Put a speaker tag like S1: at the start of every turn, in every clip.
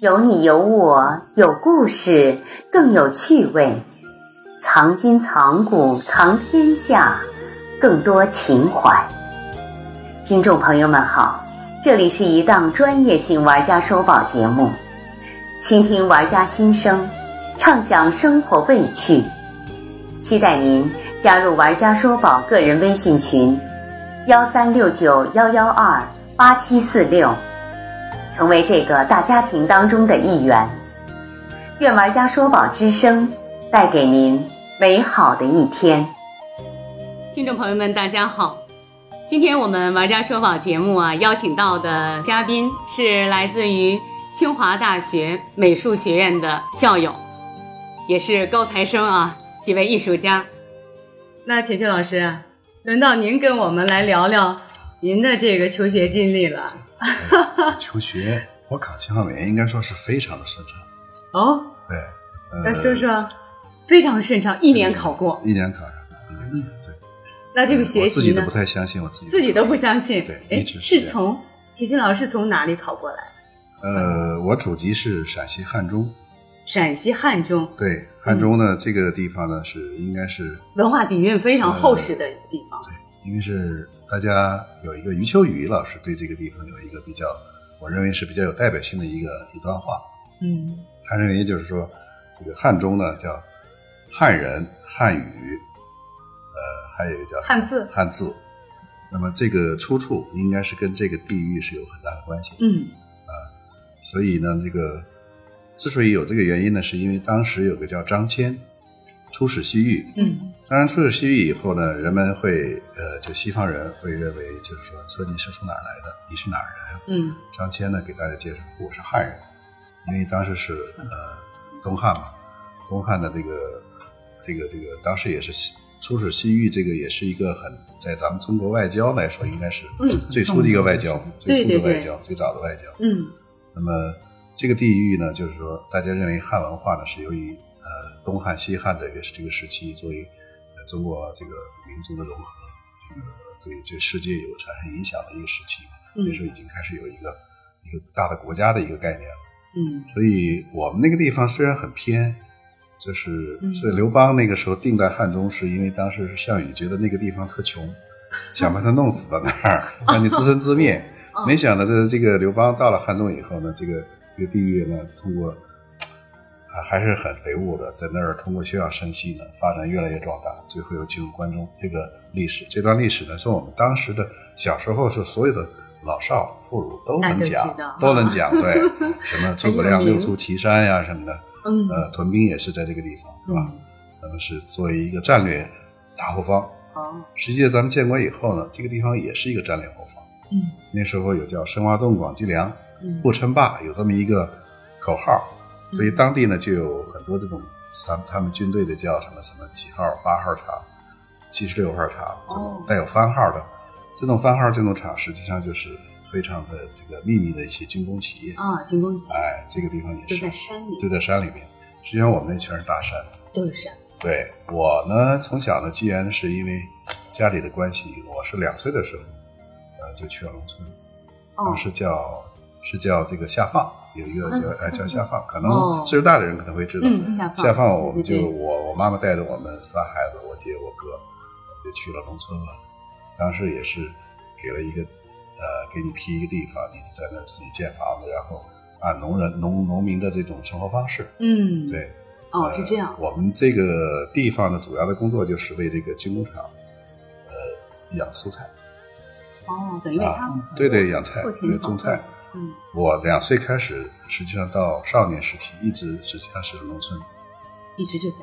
S1: 有你有我，有故事，更有趣味；藏今藏古藏天下，更多情怀。听众朋友们好，这里是一档专业性玩家收宝节目，倾听玩家心声，畅想生活味趣。期待您加入玩家说宝个人微信群：幺三六九幺幺二八七四六。成为这个大家庭当中的一员。愿玩家说宝之声带给您美好的一天。听众朋友们，大家好！今天我们玩家说宝节目啊，邀请到的嘉宾是来自于清华大学美术学院的校友，也是高材生啊，几位艺术家。那铁铁老师啊，轮到您跟我们来聊聊您的这个求学经历了。
S2: 求学，我考清华美院应该说是非常的顺畅。
S1: 哦，
S2: 对，呃，
S1: 那说说，非常顺畅，一年考过。
S2: 一年考上的，嗯，对。
S1: 那这个
S2: 嗯我
S1: 学
S2: 自己
S1: 习
S2: 都
S1: 呢
S2: 不，太相信我自己，
S1: 自己都不相信。
S2: 对
S1: 哎
S2: 一直，是
S1: 是
S2: 这样
S1: 从体育老师从哪里考过来？
S2: 呃，我祖籍是陕西汉中，
S1: 陕西汉中，
S2: 对，汉中呢、这个地方呢是应该是
S1: 文化底蕴非常厚实的地方。
S2: 因为是大家有一个余秋雨老师对这个地方有一个比较，我认为是比较有代表性的一个一段话。
S1: 嗯
S2: 他认为就是说，这个汉中呢叫汉人、汉语，呃，还有一个叫
S1: 汉字
S2: 汉字。那么这个出处应该是跟这个地域是有很大的关系的。
S1: 嗯
S2: 所以呢，这个之所以有这个原因呢，是因为当时有个叫张骞出使西域。
S1: 嗯
S2: 当然，出使西域以后呢，人们会呃，就西方人会认为就是说，说你是从哪儿来的，你是哪儿人？
S1: 嗯
S2: 张骞呢，给大家介绍，我是汉人，因为当时是呃东汉嘛，东汉的这个这个这个，当时也是西出使西域，这个也是一个很在咱们中国外交来说，应该是
S1: 嗯
S2: 最初的一个外交，最初
S1: 对
S2: 的
S1: 对
S2: 外交，最早的外交。
S1: 嗯
S2: 那么这个地域呢，就是说大家认为汉文化呢是由于呃东汉、西汉这个这个时期作为呃中国这个民族的融合，这个对这个世界有产生影响的一个时期，
S1: 嗯
S2: 那时候已经开始有一个一个大的国家的一个概念了。
S1: 嗯
S2: 所以我们那个地方虽然很偏。就是
S1: 嗯，
S2: 所以刘邦那个时候定在汉中，是因为当时是项羽觉得那个地方特穷，想把他弄死到那儿，让你自生自灭。
S1: 哦
S2: 没想到这这个刘邦到了汉中以后呢，这个这个地域呢，通过啊还是很肥沃的，在那儿通过休养生息呢，发展越来越壮大，最后又进入关中。这个历史这段历史呢，是我们当时的小时候是所有的老少妇孺都能
S1: 那
S2: 讲
S1: 都知道，
S2: 都能讲， 对，什么诸葛亮
S1: 很有名
S2: 六出祁山呀、什么的，
S1: 嗯
S2: 呃，屯兵也是在这个地方，对吧？
S1: 嗯
S2: 那么是作为一个战略大后方。
S1: 哦
S2: 实际上咱们建国以后呢，这个地方也是一个战略后方。
S1: 嗯
S2: 那时候有叫“深挖洞，广积粮，
S1: 嗯
S2: 不称霸”有这么一个口号，所以当地呢就有很多这种咱他们军队的叫什么什么几号、八号厂、七十六号厂
S1: 哦
S2: 这种带有番号的，这种番号这种厂实际上就是非常的这个秘密的一些军工企业。
S1: 啊，军工企
S2: 哎，这个地方也
S1: 就在
S2: 是
S1: 山里，
S2: 就在山里面，实际上我们那全是大山。
S1: 都是山。
S2: 对我呢，从小呢，既然是因为家里的关系，我是两岁的时候，呃，就去了农村，
S1: 哦嗯
S2: 当时叫是叫这个下放，有一个叫、呃叫下放，可
S1: 哦
S2: 能岁数大的人可能会知道，
S1: 嗯，下放
S2: 下放我们就
S1: 对对对
S2: 我我妈妈带着我们仨孩子，我姐我哥，我们就去了农村了。当时也是给了一个呃，给你批一个地方，你就在那儿自己建房子，然后按农人农农民的这种生活方式，
S1: 嗯
S2: 对，
S1: 哦
S2: 呃
S1: 是这样
S2: 我们这个地方的主要的工作就是为这个军工厂，呃，养蔬菜。
S1: 哦，等于为他们
S2: 啊对对，养菜，
S1: 后勤
S2: 对
S1: 保护
S2: 种菜。
S1: 嗯
S2: 我两岁开始，实际上到少年时期，一直实际上是农村，啊、
S1: 一直就在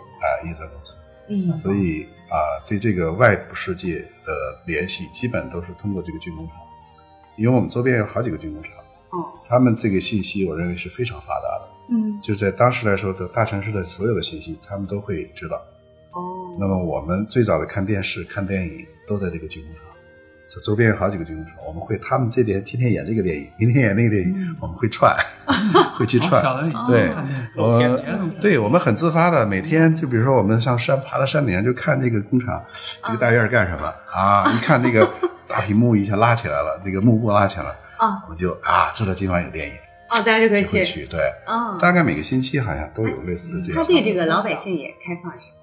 S2: 一直在农村。
S1: 那嗯
S2: 所以啊、对这个外部世界的联系，基本都是通过这个军工厂，因为我们周边有好几个军工厂，
S1: 哦
S2: 他们这个信息，我认为是非常发达的。
S1: 嗯
S2: 就在当时来说的大城市的所有的信息，他们都会知道。那
S1: 哦
S2: 么我们最早的看电视、看电影都在这个军工厂，这周边有好几个军工厂，我们会他们这边天天演这个电影，明天演那个电影，我们会串， 会去
S3: 哦
S4: 从
S2: 串。哦
S4: 小的已经
S2: 对
S4: 看电视
S2: 我
S4: 天天都
S2: 对我们很自发的，每天就比如说我们上山爬到山顶上就看这个工厂，这个大院干什么啊？一看那个大屏幕一下拉起来了，那个幕布拉起来了，
S1: 啊
S2: 我们就啊知道今晚有电影，
S4: 哦，大家就可以
S2: 就
S4: 去。
S2: 会去。对，
S4: 哦，
S2: 大概每个星期好像都有类似的这
S4: 他
S2: 样。
S4: 对这个老百姓也开放是吧？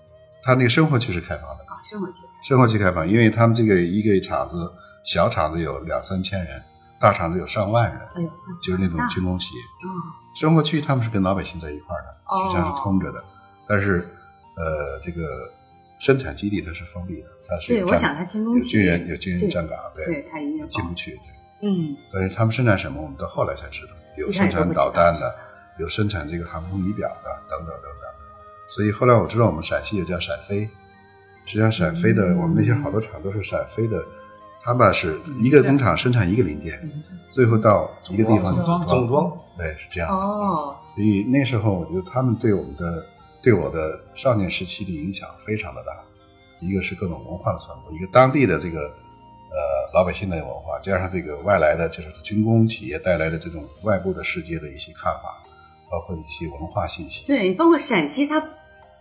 S2: 他那个生活区是开放的，
S4: 啊，生活区
S2: 生活区开放，因为他们这个一个厂子，小厂子有两三千人，大厂子有上万人，
S4: 哎呦，
S2: 就是那种
S4: 那
S2: 军工企业。
S4: 哦，
S2: 生活区他们是跟老百姓在一块儿的，
S4: 哦
S2: 实际上是通着的，但是呃，这个生产基地它是封闭的，它是
S4: 对，
S2: 有
S4: 我
S2: 站
S4: 想他军
S2: 有
S4: 工企
S2: 军
S4: 业
S2: 人有军人
S4: 对
S2: 站岗，
S4: 对他一定要
S2: 进
S4: 保
S2: 不去。对
S4: 嗯，
S2: 但是他们生产什么，我们到后来才知道，有
S4: 一开
S2: 生
S4: 始都
S2: 产
S4: 不知道
S2: 导弹的，有生产这个航空仪表的，等等等等。所以后来我知道，我们陕西有叫陕飞，实际上陕飞的，
S4: 嗯
S2: 我们那些好多厂都是陕飞的，他们是一个工厂生产一个零
S4: 嗯
S2: 件，最后到一个地方去
S5: 装
S2: 组装，
S5: 整装，
S2: 对，是这样的。
S4: 哦，
S2: 所以那时候我觉得他们对我们的对我的少年时期的影响非常的大，一个是各种文化的传播，一个当地的这个呃老百姓的文化，加上这个外来的就是军工企业带来的这种外部的世界的一些看法，包括一些文化信息，
S4: 对，包括陕西，它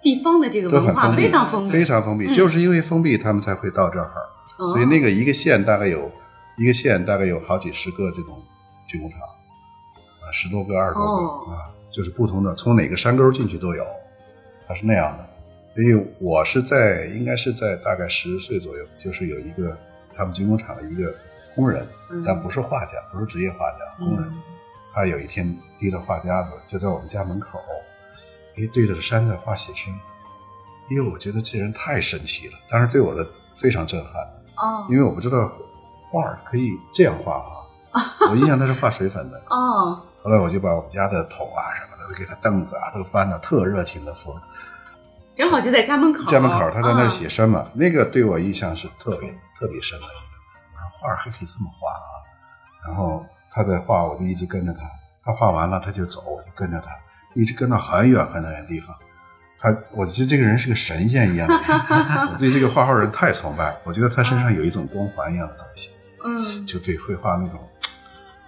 S4: 地方的这个
S2: 都很
S4: 文化
S2: 封闭，
S4: 非常丰富，
S2: 非常封闭，
S4: 嗯
S2: 就是因为封闭他们才会到这儿，
S4: 哦，
S2: 所以那个一个县大概有一个县大概有好几十个这种军工厂，啊，十多个、二十多个、
S4: 哦
S2: 啊，就是不同的，从哪个山沟进去都有，它是那样的。所以我是在应该是在大概十岁左右，就是有一个他们军工厂的一个工人，
S4: 嗯
S2: 但不是画家，不是职业画家，工人，他有一天提着画夹子就在我们家门口，哎，对着山在画写生。因为我觉得这人太神奇了，当时对我的非常震撼。
S4: 哦
S2: 因为我不知道画儿可以这样画啊画。我印象他是画水粉的，
S4: 哦，
S2: 后来我就把我们家的桶啊什么的，都给他凳子啊都搬了，特热情的服务。
S4: 正好就在家门口，
S2: 家门口他在
S1: 嗯
S2: 那儿
S4: 啊
S2: 写生嘛，那个对我印象是特别特别深的一个。我说画儿还可以这么画啊，然后他在画，我就一直跟着他。他画完了他就走，我就跟着他，一直跟到很远很远的地方。他，我觉得这个人是个神仙一样的人， 我对这个画画人太崇拜。我觉得他身上有一种光环一样的东西。
S4: 嗯，
S2: 就对绘画那种，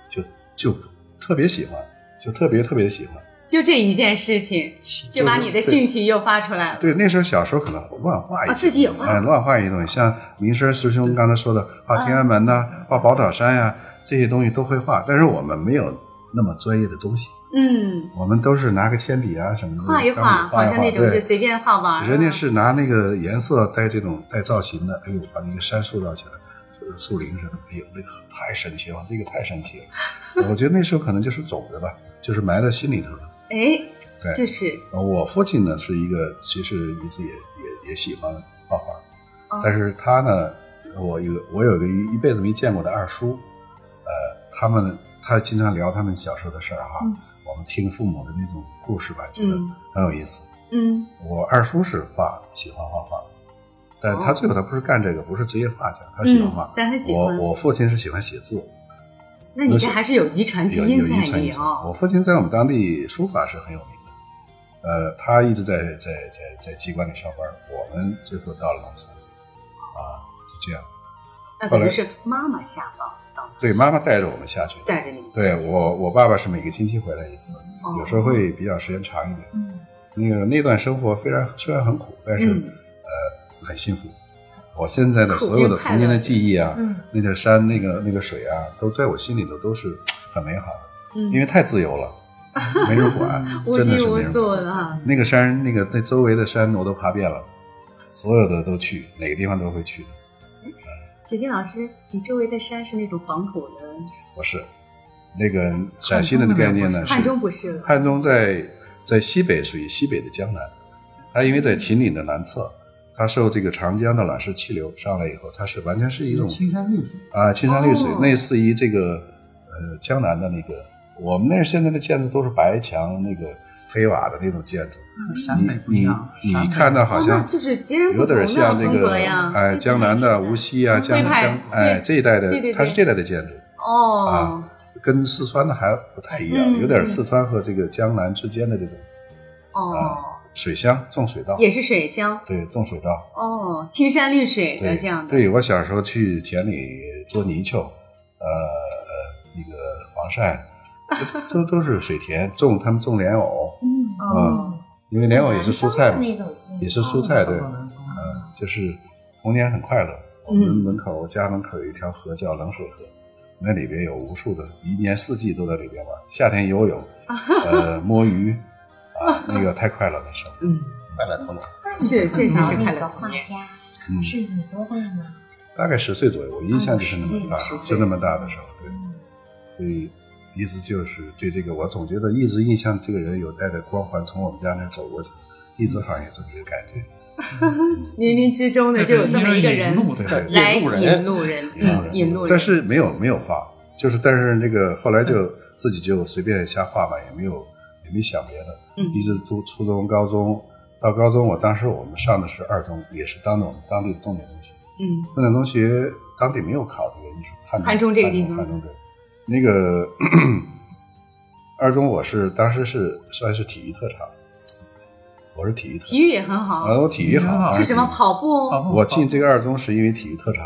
S2: 就就特别喜欢，就特别特别喜欢。
S4: 就这一件事情，就把你的兴趣又发出来了，
S2: 对，那时候小时候可能乱画一些、
S4: 啊自己也画
S2: 哎乱画一些东西，像明生师兄刚才说的，
S4: 嗯
S2: 画天安门呐、画宝岛山呀、这些东西都会画，但是我们没有那么专业的东西，
S4: 嗯，
S2: 我们都是拿个铅笔啊什么的
S4: 画一
S2: 钢笔画
S4: 画，好像那种
S2: 对
S4: 就随便画玩儿了，
S2: 人家是拿那个颜色带这种带造型的，哎呦，把那个山塑造起来，呃树林什么的，哎呦，那个太神奇了，这个太神奇了。我觉得那时候可能就是种子吧，就是埋在心里头了。
S4: 哎，
S2: 对
S4: 就是
S2: 呃我父亲呢是一个，其实一直也也也喜欢画
S4: 哦
S2: 画，但是他呢，我有我有一个一一辈子没见过的二叔，呃，他们他经常聊他们小时候的事儿哈，
S4: 嗯
S2: 我们听父母的那种故事吧，觉得
S4: 嗯
S2: 很有意思。
S4: 嗯，
S2: 我二叔是画，喜欢画画，但他
S4: 哦
S2: 最后他不是干这个，不是职业画家，他喜欢画。
S4: 嗯但他喜欢
S2: 我我父亲是喜欢写字，
S4: 那你这还是有遗传基
S2: 有
S4: 因
S2: 有遗
S4: 在
S2: 传
S4: 里
S2: 遗传。
S4: 哦，
S2: 我父亲在我们当地书法是很有名的，呃，他一直在在在在机关里上班，我们最后到了农村，啊，就这样。
S4: 那可
S2: 后
S4: 能
S2: 来
S4: 是妈妈下放到
S2: 对，妈妈带着我们下去的。
S4: 带着你，
S2: 对我，我爸爸是每个星期回来一次，
S4: 哦
S2: 有时候会比较时间长一点。
S4: 嗯
S2: 那个那段生活虽然虽然很苦，但是、
S4: 嗯
S2: 呃很幸福。我现在的所有的童年的记忆啊，
S4: 嗯
S2: 那个山、那个那个水啊，都在我心里头都是很美好的，
S4: 嗯，
S2: 因为太自由了，没人管，
S4: 无
S2: 真的
S4: 拘
S2: 是
S4: 无
S2: 没人
S4: 束
S2: 管。
S4: 的哈，
S2: 那个山，那个那周围的山我都爬遍了，所有的都去，哪个地方都会去的。
S4: 九金老师，你周围的山是那种仿古的，
S2: 不是，那个陕西的概念呢是
S4: 汉中不是了，哦
S2: 汉中在在西北属于西北的江南，它因为在秦岭的南侧，它受这个长江的暖湿气流上来以后，它是完全是一种
S5: 青山绿水，
S2: 啊，青山绿水
S4: 哦
S2: 类似于这个呃江南的那个，我们那儿现在的建筑都是白墙那个黑瓦的那种建筑，
S5: 陕北不一
S2: 你
S5: 样，
S2: 你
S5: 陕
S2: 你
S5: 北
S2: 看到好
S4: 哦，
S2: 像
S4: 那就是截然
S2: 有
S4: 不同
S2: 点
S4: 的
S2: 像那
S4: 风
S2: 个
S4: 格呀，
S2: 哎江南的无锡啊，江
S4: 徽派
S2: 江哎
S4: 对
S2: 这一代的
S4: 对对对，
S2: 它是这一代的建筑，
S4: 哦
S2: 啊跟四川的还不太一样，
S4: 嗯
S2: 有点
S4: 嗯
S2: 四川和这个江南之间的这种
S4: 哦，
S2: 水乡种水稻，
S4: 也是水乡
S2: 对种水稻，
S4: 哦，青山绿水的
S2: 对
S4: 这样的，
S2: 对我小时候去田里捉泥鳅，呃呃，那个黄鳝， 这都都是水田种，他们种莲藕，
S6: 嗯，
S4: 哦，
S2: 因为莲啊藕也是蔬菜嘛，
S6: 那种鸡
S2: 也是蔬菜，对，嗯、
S5: 嗯
S2: 就是童年很快乐。我们门口、家门口有一条河叫冷水河，那里边有无数的，一年四季都在里边玩，夏天游 泳，呃，摸鱼，啊，那个太快乐了，生活
S5: 嗯，
S2: 快乐头脑。
S5: 是
S6: 这
S5: 确实是快
S6: 那
S5: 乐
S6: 个
S5: 童
S6: 画
S5: 年
S6: 家
S2: 嗯，
S6: 是你多大呢？
S2: 大概十岁左右，我印象就是那么大，
S6: 嗯十岁
S2: 就那么大的时候，对，
S6: 嗯
S2: 所以意思就是对这个，我总觉得一直印象这个人有带着光环从我们家那儿走过去，一直好像有这么一个感觉。
S5: 嗯冥冥之中呢就有这么一个人
S2: 对
S5: 来
S3: 引路
S5: 引
S3: 人，
S5: 路人，
S2: 嗯
S5: 嗯，引路人，
S2: 但是没有没有画，就是但是那个后来
S5: 嗯
S2: 就自己就随便瞎画吧，也没有也没想别的，
S5: 嗯
S2: 一直初初中、高中到高中，我当时我们上的是二中，也是当地我们当地的重点中学，
S5: 嗯，
S2: 重点中学当地没有考这个艺术，汉
S5: 汉中这个地方
S2: 汉中汉中对，那个二中我是当时是算是体育特长，我是体育特
S5: 体育也很好，
S2: 啊，我体育啊
S3: 嗯
S2: 好
S5: 是什么？跑步
S3: 跑步
S2: 我进这个二中是因为体育特长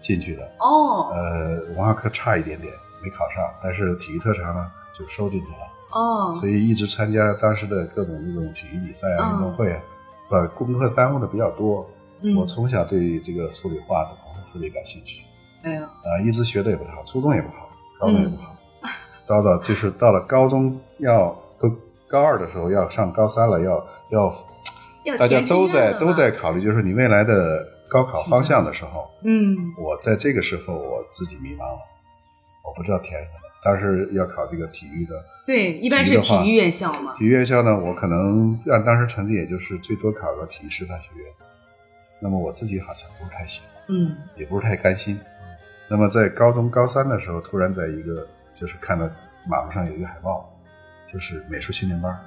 S2: 进去的。
S5: 哦
S2: 呃，文化课差一点点没考上，但是体育特长呢就收进去了，
S5: 哦
S2: 所以一直参加当时的各种那种体育比赛啊、
S5: 嗯
S2: 运动会啊，把功课耽误的比较多。
S5: 嗯
S2: 我从小对这个数理化的东西特别感兴趣，
S5: 哎呀
S2: 啊、一直学的也不太好，初中也不好，高中也不好， 到了就是到了高中要都高二的时候要上高三了，要要
S5: 要
S2: 大家
S5: 填志
S2: 都在
S5: 愿了
S2: 都
S5: 吧
S2: 在考虑，就是你未来的高考方向的时候，
S5: 嗯
S2: 我在这个时候我自己迷茫了，我不知道填什么。当时要考这个体育的，
S5: 对，一般是体育院校嘛，
S2: 体育院校呢，我可能按当时成绩也就是最多考个体育师范学院。那么我自己好像不是太行，
S5: 嗯
S2: 也不是太甘心。那么在高中高三的时候，突然在一个就是看到马路上有一个海报，就是美术训练班儿，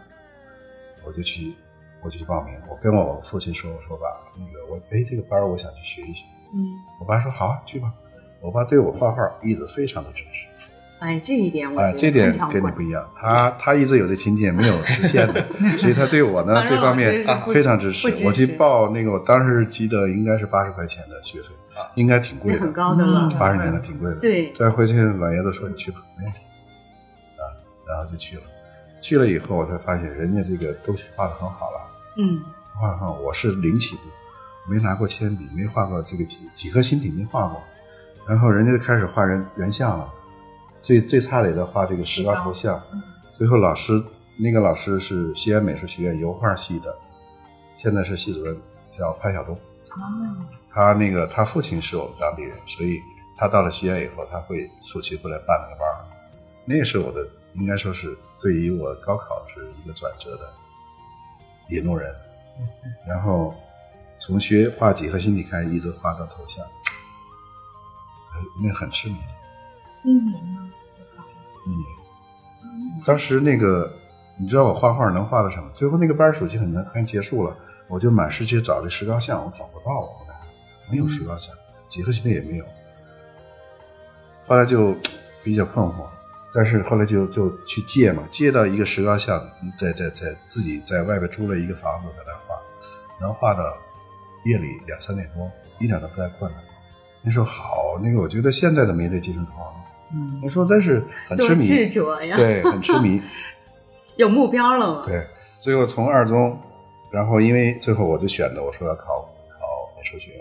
S2: 我就去我就去报名。我跟我父亲说，我说爸，那个我哎这个班儿我想去学一学。
S5: 嗯，
S2: 我爸说好啊，去吧。我爸对我画画一直非常的支持，
S5: 哎，这一点我
S2: 哎，
S5: 觉
S2: 这
S5: 得
S2: 点
S5: 很常
S2: 跟你
S5: 会
S2: 不一样。他他一直有这情节没有实现的，所以他对 我呢
S5: 反正
S2: 这方面啊
S5: 老师是不
S2: 非常支
S5: 不
S2: 持
S5: 支。持
S2: 我去报那个，我当时记得应该是八十块钱的学费，应该挺贵
S5: 啊那
S2: 的
S5: 很，高的了，
S2: 八十年代挺贵的。
S5: 对，
S2: 再回去老爷子说你去吧，没问题啊，然后就去了。去了以后我才发现人家这个都画的很好了，
S5: 嗯
S2: 画画我是零起步，没拿过铅笔，没画过这个几几何形体没画过，然后人家就开始画人人像了，最最差的也在画这个石膏头像，最后老师那个老师是西安美术学院油画系的，现在是系主任，叫潘晓东。他那个他父亲是我们当地人，所以他到了西安以后，他会暑期回来办了个班儿，那是我的应该说是对于我高考是一个转折的引路人。然后从学画几何形体开始，一直画到头像，哎那很痴迷
S6: 一年 吗？
S2: 一年。当时那个你知道我画画能画到什么？最后那个班儿暑期很难快结束了，我就满世界找这石膏像，我找不到，我哪没有石膏像，几何形体也没有。后来就比较困惑，但是后来就就去借嘛，借到一个石膏像，在在在自己在外边租了一个房子在那画，然后画到夜里两三点钟，一点都不带困的。那时候好，那个我觉得现在的没这精神头了。
S5: 嗯，
S2: 那时候真是很
S5: 多
S2: 痴迷，
S5: 执着呀，
S2: 对，很痴 迷。
S5: 有目标了嘛，
S2: 对，最后从二中，然后因为最后我就选择我说要考考美术学院，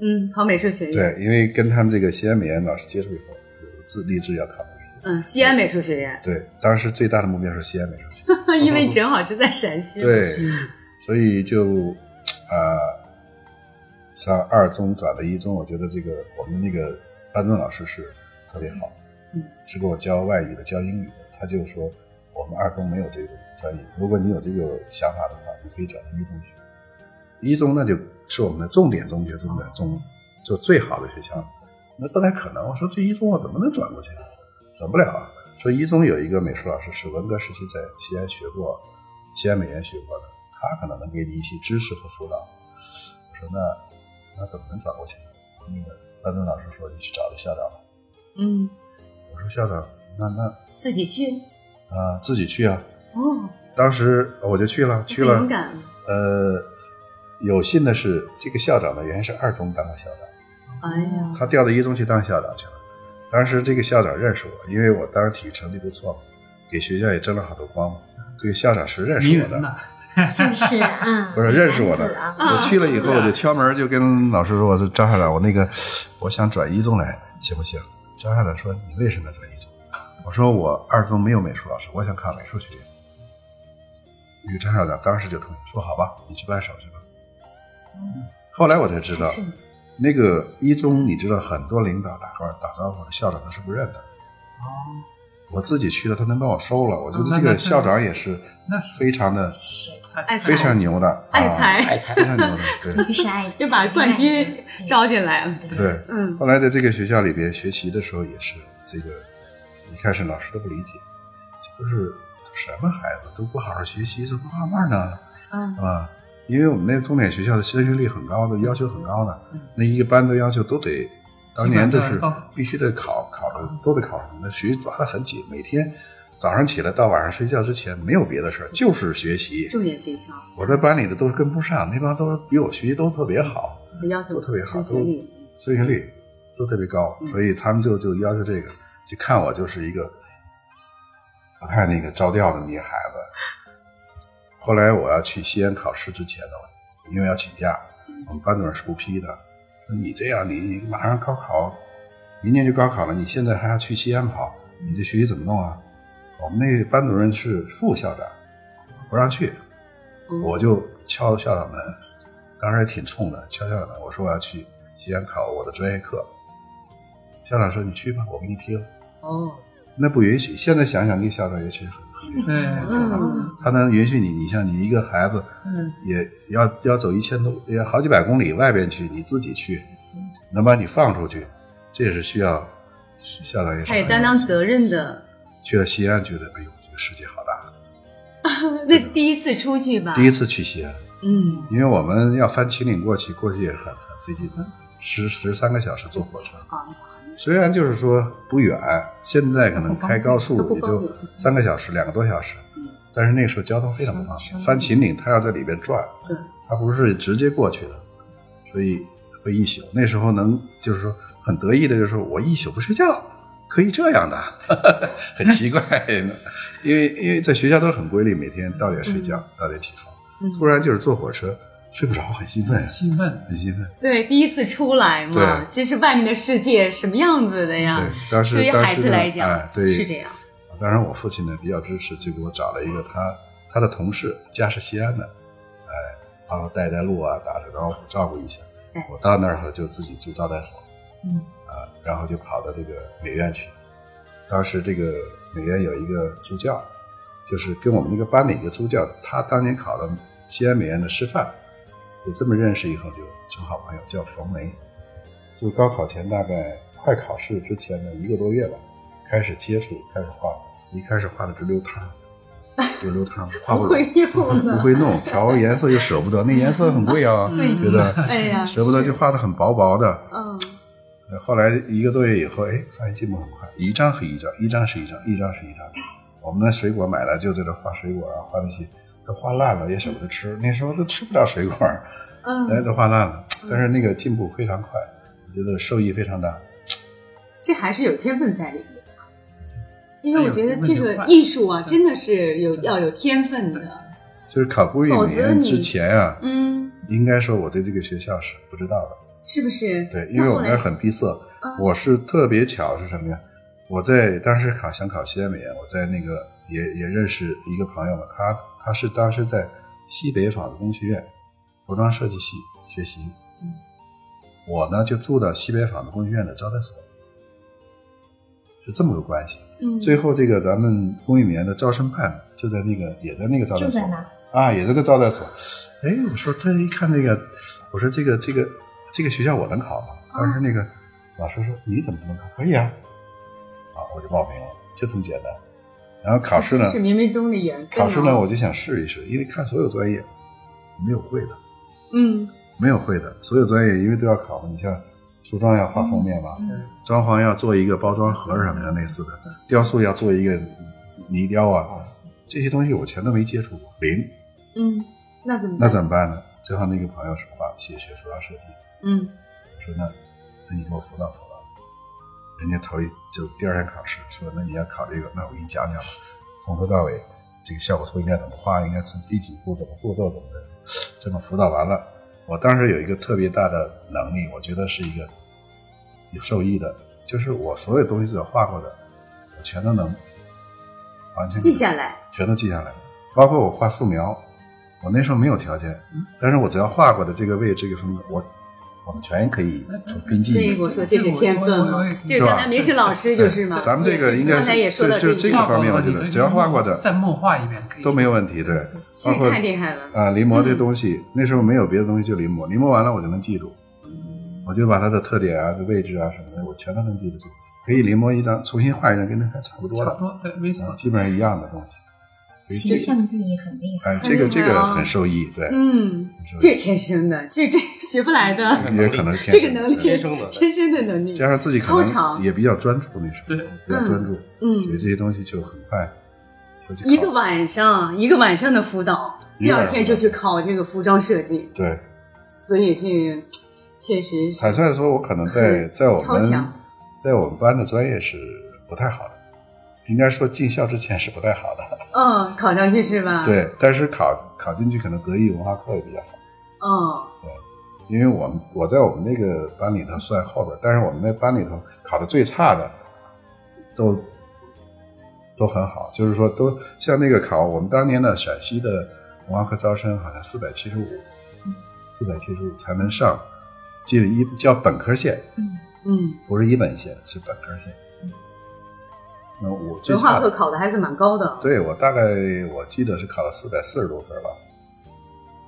S5: 嗯，考美术学院，
S2: 对，因为跟他们这个西安美院老师接触以后，我自立志要考美术学院。
S5: 嗯，西安美术学院，
S2: 对，当时最大的目标是西安美术学院，
S5: 因为正好是在陕西，
S2: 嗯对，所以就啊，上二中转到一中，我觉得这个我们那个班主任老师是特别好，
S5: 嗯，
S2: 是给我教外语的，教英语的，他就说我们二中没有这个专业，如果你有这个想法的话，你可以转到一中去。一中那就是我们的重点中学中的中，就最好的学校，那不太可能。我说这一中我怎么能转过去啊？转不了啊。说一中有一个美术老师是文革时期在西安学过，西安美院学过的，他可能能给你一些支持和辅导。我说那那怎么能转过去呢？那个班主任老师说你去找个校长吧。
S5: 嗯，
S2: 我说校长，那那
S5: 自己去，
S2: 啊、自己去啊。
S5: 哦，
S2: 当时我就去了，去
S5: 很
S2: 了
S5: 勇。敢，啊
S2: 呃，有幸的是，这个校长呢，原来是二中当过校长，
S5: 哎呀，
S2: 他调到一中去当校长去了。当时这个校长认识我，因为我当时体育成绩不错嘛，给学校也争了好多光嘛。这个校长是认
S3: 迷
S2: 识我
S3: 人
S2: 的，
S3: 呐，
S6: 就是啊，
S2: 不是认识我的嗯
S6: 男子啊
S2: 我去了以
S3: 嗯
S2: 后，我就敲门就跟老师说：“我说张校长，我那个我想转一中来，行不行？”张校长说：“你为什么要转一中？”我说：“我二中没有美术老师，我想考美术学院。”于张校长当时就同意说：“好吧，你去办手续吧。”后来我才知道，那个一中你知道，很多领导打官打招呼，校长他是不认的。
S5: 哦
S2: 我自己去了，他能帮我收了。我觉得这个校长也是
S3: 那是
S2: 非常的、
S5: 爱才
S2: 非常牛的，
S5: 爱
S2: 啊
S5: 才，
S3: 才
S2: 非常牛的，对。
S6: 特别是爱情，
S5: 就把冠军招进来了。
S2: 对，
S5: 嗯
S2: 后来在这个学校里边学习的时候，也是这个，一开始老师都不理解，就是什么孩子都不好好学习，怎么画画呢？
S5: 嗯
S2: 啊，因为我们那重点学校的升学率很高的，要求很高的
S3: 嗯，
S2: 那一个班都要求都得，当年都
S3: 基
S2: 是
S3: 本上都嗯
S2: 必须得考，考的都得考什么的，学习抓得很紧，每天早上起来到晚上睡觉之前没有别的事儿，就是学习。
S5: 重点学校
S2: 我在班里的都是跟不上，那帮都比我学习都特别好，
S5: 的要求
S2: 都特别好，
S5: 升
S2: 都
S5: 学率
S2: 升学率都特别高，
S5: 嗯
S2: 所以他们就就要求这个，就看我就是一个不太那个着调的那个孩子。后来我要去西安考试之前呢，我因为要请假，我们班主任是不批的，说你这样你你马上高考，明年就高考了，你现在还要去西安跑，你这学习怎么弄啊？我们那个班主任是副校长，不让去，我就敲校长门，当时也挺冲的，敲校长门，我说我要去西安考我的专业课。校长说你去吧，我给你批了。
S5: 哦，
S2: 那不允许。现在想想，那个校长也确实很很厉害
S3: 嗯
S5: 嗯
S2: 他能允许你，你像你一个孩子，
S3: 嗯，
S2: 也要要走一千多，也好几百公里外边去，你自己去，能把你放出去，这也是需要校长也是
S5: 他也
S2: 很
S5: 担
S2: 有
S5: 当
S2: 心
S5: 责任的，啊
S2: 去了西安，觉得哎呦，这个世界好大。
S5: 那是第一次出去吧？
S2: 第一次去西安，
S5: 嗯，
S2: 因为我们要翻秦岭过去，过去也很很费劲
S5: 嗯
S2: 的，十十三个小时坐火车。
S5: 啊
S2: 虽然就是说不远，现在可能开高
S5: 它不
S2: 速也
S5: 方便嗯
S2: 就三个小时、两个多小时，但是那时候交通非常不方便。翻秦岭，它要在里边转
S5: 对，
S2: 它不是直接过去的，所以会一宿。那时候能就是说很得意的，就是说我一宿不睡觉，可以这样的， 很奇怪 呢。因为因为在学校都很规律，每天到点睡
S5: 嗯
S2: 觉，到点起床。突然就是坐火车，睡不着，很兴奋，
S3: 兴奋，
S2: 很兴奋。
S5: 对，第一次出来嘛，
S2: 对
S5: 这是外面的世界什么样子的呀
S2: 对？，当时
S5: 啊对于
S2: 当时
S5: 孩子
S2: 呢
S5: 来讲
S2: 哎，对
S5: 是这样。
S2: 当然，我父亲呢比较支持，就给我找了一个他他的同事，家是西安的，哎，帮我带带路啊，打打招呼，照顾一下
S5: 哎。
S2: 我到那儿后就自己住招待所，
S5: 嗯，
S2: 啊，然后就跑到这个美院去。当时这个美院有一个助教，就是跟我们那个班里一个助教，他当年考了西安美院的师范，就这么认识以后就成好朋友，叫冯梅。就高考前大概快考试之前的一个多月吧，开始接触，开始画，一开始画的直流汤， 直流汤，画不
S5: 会
S2: 懂，
S5: 用
S2: 不
S5: 的，
S2: 会弄，调颜色又舍不得，那颜色很贵啊，
S5: 嗯
S2: 觉得
S5: 哎 呀，
S2: 舍不得就画的很薄薄的，
S5: 嗯，
S2: 后来一个多月以后，哎，发现进步很快，一张是一张，一张是一张，一张是一张。我们的水果买了就在这画水果啊，画那些都画烂了，也舍不得吃。那时候都吃不了水果，哎，
S5: 嗯，
S2: 都画烂了。但是那个进步非常快，我觉得受益非常大。
S5: 这还是有天分在里面。因为我觉得
S3: 哎呦
S5: 这
S3: 那就
S5: 个
S3: 快
S5: 艺术啊，真的是有要有天分的。
S2: 就是考公务
S5: 否
S2: 员
S5: 则你
S2: 之前啊，
S5: 嗯，
S2: 应该说我对这个学校是不知道的。
S5: 是不是？
S2: 对，因为我们那
S5: 那
S2: 儿
S5: 后来
S2: 很闭塞。
S5: 嗯
S2: 我是特别巧是什么呀？我在当时考想考西安美院，我在那个也也认识一个朋友嘛，他他是当时在西北纺织工学院服装设计系学习，我呢就住到西北纺织工学院的招待所，是这么个关系。
S5: 嗯，
S2: 最后这个咱们工艺美院的招生办就在那个也在那个招待
S6: 住
S2: 所
S6: 在，哪？
S2: 啊，也是个招待所。哎，我说他一看那个，我说这个这个这个学校我能考吗？当时那个老师说你怎么能考？可以啊，啊，我就报名了，就这么简单。然后考试呢
S5: 这，是冥冥中的缘分。啊
S2: 考试呢，？我就想试一试，因为看所有专业没有会的，
S5: 嗯，
S2: 没有会的，所有专业因为都要考嘛。你像服装要画
S5: 嗯
S2: 封面吧，装潢要做一个包装盒什么的类似的，
S5: 嗯
S2: 雕塑要做一个泥雕啊，这些东西我全都没接触过，零。
S5: 嗯，那怎么办？
S2: 那怎么办呢？正好那个朋友说话写学服装设计，
S5: 嗯，
S2: 我说那那你给我辅导辅导。人家头一就第二天考试说，那你要考这个，那我给你讲讲吧，从头到尾这个效果图应该怎么画，应该是第几步，怎么步骤怎么的，这么辅导完了，我当时有一个特别大的能力，我觉得是一个有受益的，就是我所有东西只要画过的，我全都能完全
S5: 记下来，
S2: 全都记下来了，包括我画素描，我那时候没有条件，但是我只要画过的这个位置、这个风格，我我全可以从凭
S5: 所
S2: 记
S5: 以
S2: 忆。
S5: 我说这是天分
S3: 我我我
S5: 嘛
S3: 也是，
S5: 这是刚才梅石老师就是嘛。
S2: 对咱们这个
S5: 也是
S2: 应该
S5: 刚才也说
S2: 就
S5: 到
S2: 就是
S5: 这
S2: 这
S5: 一
S2: 个
S5: 点
S2: 方面我觉得只要画过的
S3: 再默画一遍可以
S2: 都没有问题，对，
S5: 这
S2: 包括
S5: 个太厉害了。嗯
S2: 啊、临摹这东西，那时候没有别的东西，就临摹，临摹完了我就能记住，我就把它的特点啊、位置啊什么的，我全都能记得住，可以临摹一张，重新画一张，跟那还差不多
S3: 差不
S2: 了，
S3: 多，对，没错
S2: 啊，。基本上一样的东西。所以
S6: 形
S2: 这个，
S6: 象记忆很厉害。
S2: 哎，这个
S5: 很厉
S2: 这
S5: 害
S2: 个
S5: 哦
S2: 很受益，对，
S5: 嗯，
S2: 很受益
S5: 这天生的，这这学不来的，
S2: 也可能是
S5: 这
S2: 天生的
S5: 个能力，
S2: 对
S3: 天生的
S5: 天生的能力。
S2: 加上自己可
S5: 超常
S2: 能也比较专注，那时候
S3: 对
S2: 比较专注，所以这
S5: 嗯，
S2: 些东西就很快就去考
S5: 一个晚上，一个晚上的辅导，
S2: 一
S5: 第
S2: 个晚
S5: 二
S2: 上
S5: 天就去考这个服装设计，
S2: 对。
S5: 所以这确实是
S2: 坦率地说，我可能在
S5: 是
S2: 在我
S5: 超
S2: 们
S5: 强
S2: 在我们班的专业是不太好的，应该说进校之前是不太好的。
S5: 嗯，考上去是吧？，
S2: 对，但是考考进去可能德艺文化课也比较好，
S5: 嗯，
S2: 因为我们我在我们那个班里头算后边儿，但是我们那班里头考的最差的都都很好，就是说都像那个考我们当年的陕西的文化课招生好像四百七十五，四百七十五才能上进一叫本科线，
S5: 嗯，
S2: 不是一本线，是本科线。那我最
S5: 文化
S2: 差
S5: 课考的还是蛮高的。
S2: 对我大概我记得是考了四百四十多分吧，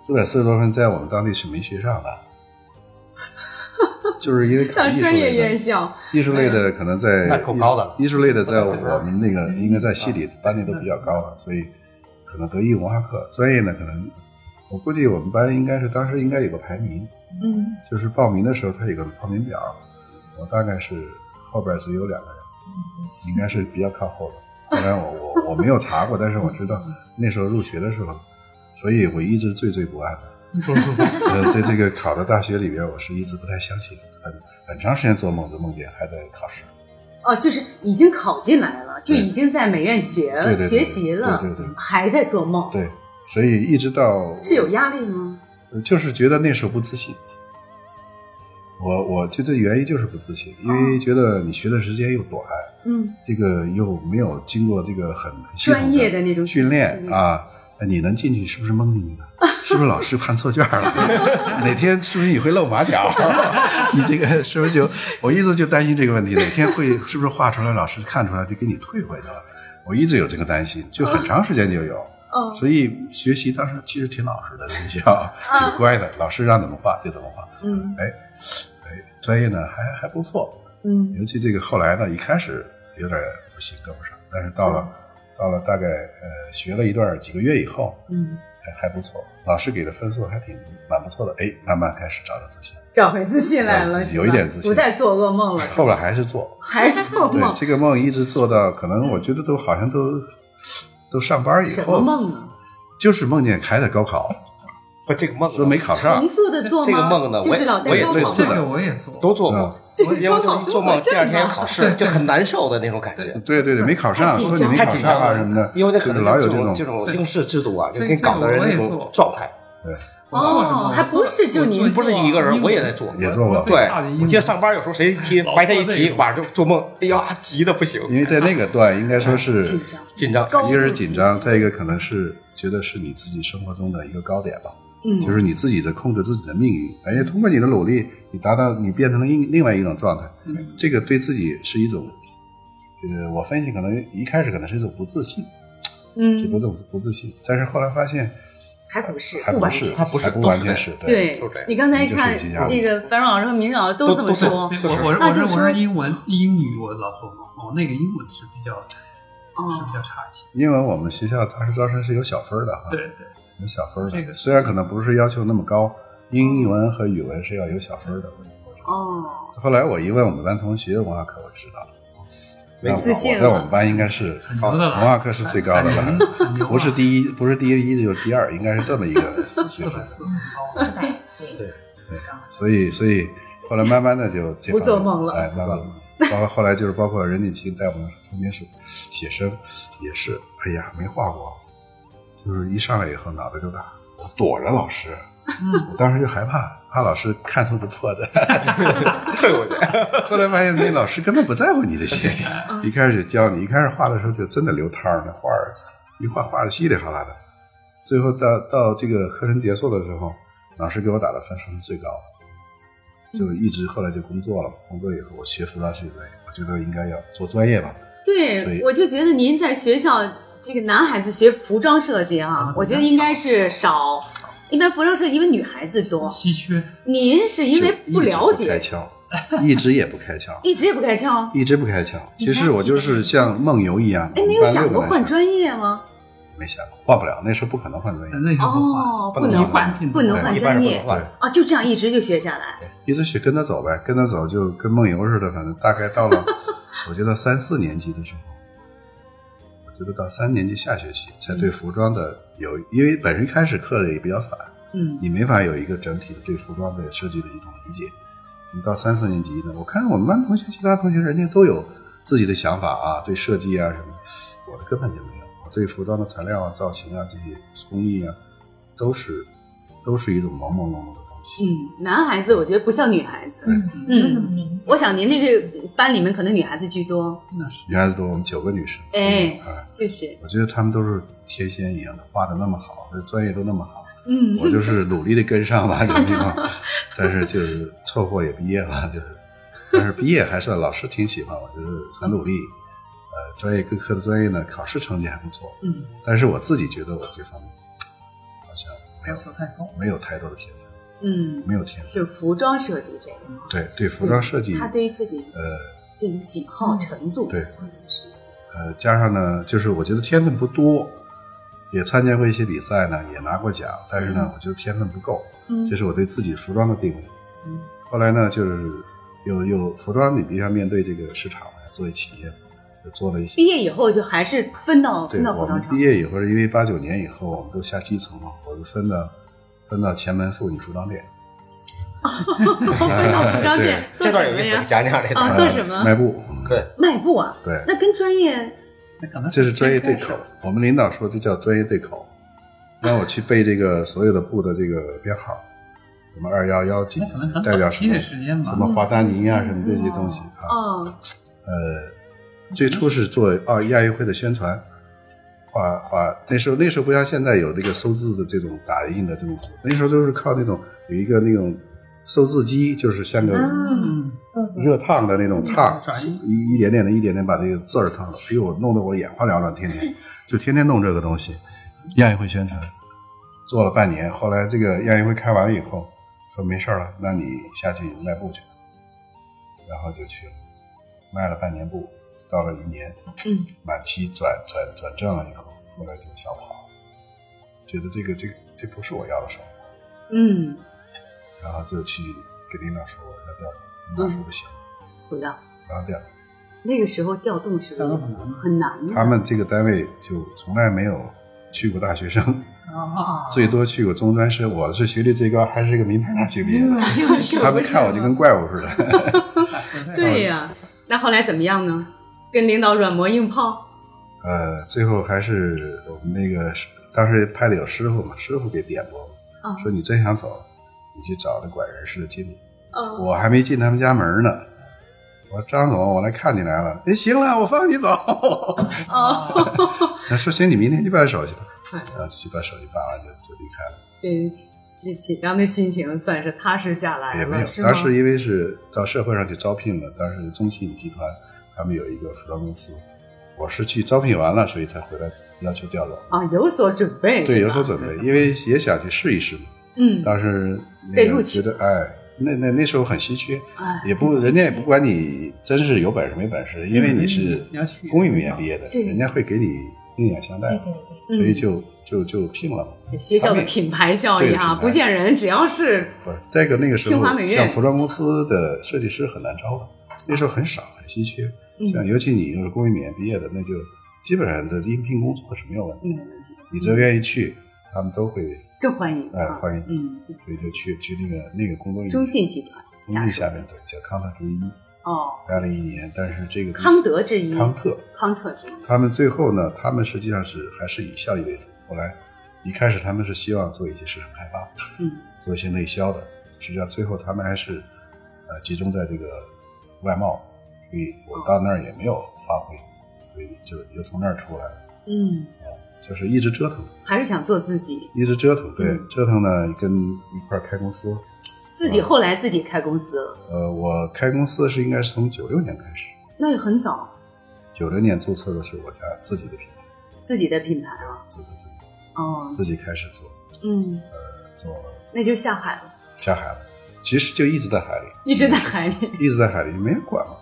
S2: 四百四十多分在我们当地是没学 上的，就是因为考
S5: 上
S2: 艺术
S5: 专业
S2: 类
S5: 院
S2: 的，
S5: 校，
S2: 艺术类的可能在
S3: 那够
S2: 艺术
S3: 高的了
S2: 艺术类的在
S3: 400分
S2: 我们那
S5: 嗯
S2: 个应该在系里班里都比较高了，所以可能德艺文化课专业呢可能我估计我们班应该是当时应该有个排名，
S6: 嗯，
S2: 就是报名的时候，他有个报名表，我大概是后边只有两个人，应该是比较靠后的。后来我我我没有查过，但是我知道那时候入学的时候，所以我一直惴惴不安。呃，在这个考到大学里边，我是一直不太相信，很很长时间做梦都梦见还在考试，
S5: 哦，就是已经考进来了，就
S2: 对
S5: 已经在美院学
S2: 对对对
S5: 学习了，
S2: 对对对
S5: 还在做梦，
S2: 对，所以一直到呃
S5: 是有压力吗？
S2: 就是觉得那时候不自信。我我觉得原因就是不自信，因为觉得你学的时间又短，
S5: 嗯，
S2: 这个又没有经过这个很系统
S5: 专业的那种
S2: 训练
S5: 训练
S2: 啊，那你能进去是不是蒙你呢？ 是不是老师判错卷了？ 哪天是不是你会露马脚？ 你这个是不是就我一直就担心这个问题，哪天会是不是画出来老师看出来就给你退回去了？我一直有这个担心，就很长时间就有。
S5: 哦，
S2: 所以学习当时其实挺老实的，在学校 挺乖的，老师让怎么画就怎么画。
S5: 嗯
S2: 哎，哎，专业呢还还不错，
S5: 嗯
S2: 尤其这个后来呢，一开始有点不行，跟不上，但是到了、到了大概呃学了一段几个月以后，
S5: 嗯，
S2: 还还不错，老师给的分数还挺蛮不错的，哎，慢慢开始找到自信，
S5: 找回自信来了，
S2: 自信
S5: 是吧
S2: 有一点自信
S5: 不再做噩梦了，
S2: 后来还是做，
S5: 还是做
S2: 对
S5: 梦，
S2: 这个梦一直做到，可能我觉得都好像都都上班以
S5: 什
S2: 后
S5: 么，梦啊？
S2: 就是梦见还在高考，
S7: 不，这个梦啊
S2: 说没考上
S5: 重，复的做吗？
S7: 这个梦呢
S5: 就
S7: 我
S5: 是
S7: 也
S5: 老在
S7: 我也
S5: 高
S7: 类
S5: 考
S7: 似
S3: 这
S7: 的
S3: 个
S5: 吗？
S3: 我也做
S7: 都做过，
S2: 嗯
S5: 这
S7: 因为就一做梦，第二天要考试，就很难受的那种感
S3: 对
S7: 觉，
S2: 对对对，没考上，
S6: 太紧
S2: 说你
S6: 张
S2: 没
S7: 太
S2: 考
S7: 紧
S2: 上
S7: 张
S2: 啊
S7: 了
S2: 什么的，
S7: 因为那
S2: 就
S7: 可
S2: 是
S7: 能
S2: 老有
S7: 这
S2: 种
S7: 这种
S3: 对
S7: 应试制度啊，就
S3: 对
S7: 给搞的
S3: 这个我也
S7: 人那
S3: 做
S7: 种状态，
S3: 我做什么？
S5: 哦还不是就你
S3: 我做
S7: 不是一个人，我也在做。
S2: 也做过
S7: 对
S3: 大的，一
S7: 我记得上班有时候谁提
S3: 老
S7: 白天一
S3: 做那
S7: 提，
S3: 个
S7: 晚上就做梦，哎呀，急的不行，
S2: 因为在那个段应该说是
S5: 紧张，
S7: 紧张。
S5: 高
S2: 一个
S5: 度
S2: 是
S5: 紧
S2: 紧张，
S5: 张
S2: 再一个可能是觉得是你自己生活中的一个高点吧，
S5: 嗯，
S2: 就是你自己在控制自己的命运，而且通过你的努力，你达到你变成了另另外一种状态，
S5: 嗯
S2: 这个对自己是一种，呃，我分析可能一开始可能是一种不自信，是一
S5: 嗯，
S2: 种不自信，但是后来发现
S5: 还不是，
S2: 还
S5: 不
S2: 不
S5: 完
S2: 是，
S5: 全。
S7: 还不是
S2: 还不完全是，
S5: 对
S7: 就是这样
S5: 你刚才看
S2: 就是一些压力
S5: 那个樊老师和明老师都这么说
S3: 对，我我是
S5: 那
S3: 我是
S5: 啊就
S3: 我
S5: 说
S3: 是英文英语我老做梦，哦，那个英文是比较
S5: 嗯
S3: 是
S5: 哦
S3: 比较差一些。
S2: 因为我们学校当时招生是有小分儿的哈，
S5: 嗯
S3: 对对，
S2: 有小分儿
S3: 这个
S2: 的，虽然可能不是要求那么高，英文和语文是要有小分儿的，我我知道。
S5: 哦，
S2: 后来我一问我们班同学，文化课我知道了，那我
S5: 自信
S2: 我在
S5: 了
S2: 我们班应该是
S3: 牛的了
S2: 文化课是最高的
S3: 很
S2: 了
S3: 牛很 牛，啊
S2: 不是第一，不是第一就是第二，应该是这么一个水
S3: 四
S2: 平
S3: 百。四很高。
S2: 所以，所以后来慢慢的就解放
S5: 不做梦了
S2: 哎，慢慢包括后来就是包括任锦清带我们重金属写生也是，哎呀，没画过，就是一上来以后脑袋就大，我躲着老师，
S5: 嗯
S2: 我当时就害怕，怕老师看出我的破绽。
S7: 退回去。
S2: 后来发现那老师根本不在乎你这 些，一开始教你，一开始画的时候就真的流汤儿，那画儿一画画的稀里哗啦的。最后到到这个课程结束的时候，老师给我打的分数是最高的，就一直后来就工作了。工作以后，我学服装设计专业，我觉得应该要做专业吧。
S5: 对，
S2: 对
S5: 我就觉得您在学校这个男孩子学服装设计啊
S3: 嗯，
S5: 我觉得应该是少。一般服装设计因为女孩子 多，
S3: 稀缺，
S5: 您是因为
S2: 就一直不
S5: 了
S2: 开
S5: 解，
S2: 窍，一直也不开窍，
S5: 一直也不开窍。
S2: 一直不开窍。
S6: 你
S2: 其实我就是像梦游一样。
S5: 哎，
S2: 没
S5: 没有想过换专业吗？
S2: 没想过，换不了，那时候不可能换专业。
S3: 那个不换
S5: 哦，
S7: 不
S5: 不
S7: 能
S5: 能换
S3: 换，
S5: 不能换
S7: 一般
S5: 专
S7: 是不
S5: 业
S7: 能换。
S5: 啊，就这样一直就学下来。
S2: 一直学跟他走呗，跟他走就跟梦游似的，反正大概到了，我觉得三四年级的时候，我觉得到三年级下学期才对服装的有，因为本身一开始课也比较散，
S5: 嗯，
S2: 你没法有一个整体的对服装的设计的一种理解。你到三四年级呢，我看我们班同学、其他同学人家都有自己的想法啊，对设计啊什么，我的根本就没有。我对服装的材料啊、造型啊这些工艺啊，都是都是一种朦朦胧胧的东西。
S5: 嗯，男孩子我觉得不像女孩子。
S6: 嗯，
S5: 嗯
S6: 不那么敏感。
S5: 我想您这个班里面可能女孩子居多，
S3: 那是
S2: 原来都我们九个女生，
S5: 哎
S2: 嗯啊，
S5: 就是
S2: 我觉得她们都是天仙一样的，画的那么好，这专业都那么好，
S5: 嗯
S2: 我就是努力的跟上吧，这个地方， 但是就是凑合也毕业吧，就是，但是毕业还是老师挺喜欢我，就是很努力，呃，专业各科的专业呢，考试成绩还不错，
S5: 嗯，
S2: 但是我自己觉得我这方面好像没
S3: 要
S2: 有
S3: 求太高。
S2: 没有太多的天分，
S5: 嗯，
S2: 没有天
S5: 就是服装设计这个，
S2: 分，对对，服装设计，
S5: 他对于自己
S2: 呃，
S5: 这种喜好程度，
S2: 对
S5: 嗯是
S2: 呃，加上呢，就是我觉得天分不多，也参加过一些比赛呢，也拿过奖，但是呢，我觉得天分不够，
S5: 嗯
S2: 这是我对自己服装的定位。
S5: 嗯
S2: 后来呢，就是有有服装，你必须要面对这个市场来做企业，就做了一些
S5: 毕。业以后就还是分到
S2: 对
S5: 分到
S2: 我
S5: 哦服
S2: 们
S5: 装厂
S2: 毕。业以后，因为八九年以后我们都下基层嘛，我就分到分到前门妇女服装店，
S5: 分哦到服装店
S7: 这
S5: 做
S7: 段
S5: 什
S7: 有
S5: 么
S7: 意思，
S5: 呀？
S7: 讲讲这
S5: 啊
S7: 段。
S5: 做什么
S2: 卖布。
S7: 对，
S5: 卖布啊？
S2: 对，
S5: 那跟专业
S3: 那可能
S2: 这是专业对
S3: 先
S2: 口
S3: 开始，
S2: 我们领导说这叫专业对口，让我去背这个所有的布的这个编号，什么二幺幺几
S3: 那
S2: 几
S3: 可能
S2: 几，
S3: 很
S2: 代表
S3: 早
S2: 什
S3: 期的嗯
S2: 么
S3: 时间吧
S2: 什。么华丹尼啊，什么这些东西啊。
S5: 哦，
S2: 呃，最初是做奥亚运会的宣传，画画那时候那时候不像现在有这个收字的这种打印的这种，那时候都是靠那种有一个那种收字机，就是像个
S6: 啊，
S3: 嗯，
S2: 热烫的那
S5: 嗯
S2: 种烫
S3: 转移，
S2: 一一点点的，一点点把这个字儿烫了。哎呦，弄得我眼花缭乱，天
S5: 嗯
S2: 天就天天弄这个东西。亚运会宣传做了半年，后来这个亚运会开完了以后，说没事儿了，那你下去卖布去，然后就去了，卖了半年布，到了一年，
S5: 嗯，
S2: 满期转转转正了以后，后来就想跑，觉得这个这个这不是我要的生活。
S5: 嗯，
S2: 然后就去给领导说我要调走，领导说不行，
S5: 嗯不要。
S2: 然后调。
S5: 那个时候调动是
S3: 调动很难
S5: 很难的。
S2: 他们这个单位就从来没有去过大学生，
S3: 啊，
S2: 最 多去过中专生。我是学历最高，还是个名牌大学毕业
S6: 嗯
S2: 的。 他们看我就跟怪物似
S3: 啊
S2: 的。
S5: 对呀、那后来怎么样呢？跟领导软磨硬泡，
S2: 呃，最后还是我们那个当时派的有师傅嘛，师傅给点拨
S5: 啊，
S2: 说你真想走，你去找那管人事的经理。
S5: 嗯，
S2: 我还没进他们家门呢。我说张总，我来看你来了。哎，行了，我放你走。
S3: 啊
S5: 哦，
S2: 他说行，你明天去办手续吧。
S5: 嗯
S2: 然后就去把手续办完就就离开了。
S5: 这这紧张的心情算是踏实下来
S2: 也没有
S5: 了，是，吗
S2: 当？时因为是到社会上去招聘了，当时中信集团他们有一个服装公司，我是去招聘完了，所以才回来要求调走。
S5: 啊，有所准备，
S2: 对，
S5: 是
S2: 有
S5: 吧
S2: 所准备，因为也想去试一试嘛。
S5: 啊嗯，
S2: 当时
S5: 被
S2: 那
S5: 录
S2: 个
S5: 取
S2: 觉得，哎，那那那时候很稀缺，
S5: 哎
S2: 也不人家也不管你真是有本事没本事，
S5: 嗯
S2: 因为你是
S3: 你要去
S2: 工艺美院毕业的，
S5: 对
S2: 人家会给你另眼相待
S6: 对
S2: 嘛，
S6: 对
S2: 所以
S6: 对，
S5: 嗯
S2: 就就就聘了嘛。
S5: 学
S2: 他
S5: 校的
S2: 们也
S5: 品牌效
S2: 对
S5: 应啊，
S2: 品牌
S5: 不见人，只要是
S2: 不是，再一个那个时
S5: 清
S2: 候
S5: 华美，院
S2: 像服装公司的设计师很难招的，那时候很少，很稀缺。像
S5: 嗯
S2: 尤其你又是工艺美院毕业的，那就基本上的应聘工作是没有问题的。
S5: 嗯
S2: 你只要愿意去，他们都会
S5: 更欢迎
S2: 哎
S5: 啊，
S2: 欢迎
S5: 嗯，
S2: 所以就去去那个那个工作营。
S5: 中信集团
S2: 中信
S5: 属
S2: 下面对叫康特之一，
S5: 哦，
S2: 待了一年，但是这个公司
S5: 康德制衣，
S2: 康特
S5: 康特制衣，
S2: 他们最后呢，他们实际上是还是以效益为主，后来一开始他们是希望做一些市场开发，
S1: 嗯，
S2: 做一些内销的，实际上最后他们还是呃集中在这个外贸，所以我到那儿也没有发挥，所以就又从那儿出来了，
S5: 嗯，
S2: 就是一直折腾，
S5: 还是想做自己，
S2: 一直折腾，对，
S5: 嗯
S2: 折腾呢跟一块儿开公司，
S5: 自
S2: 嗯
S5: 己后来自己开公司了，
S2: 呃，我开公司是应该是从九六年开始，
S5: 那也很早，
S2: 九六年注册的是我家自己的品牌，
S5: 自己的品牌啊，
S2: 注册自己
S5: 哦，
S2: 自己开始做
S5: 嗯，
S2: 做
S5: 那就下海了，
S2: 下海了，其实就一直在海里，
S5: 一直在海里，
S2: 一直在海里，没人管嘛，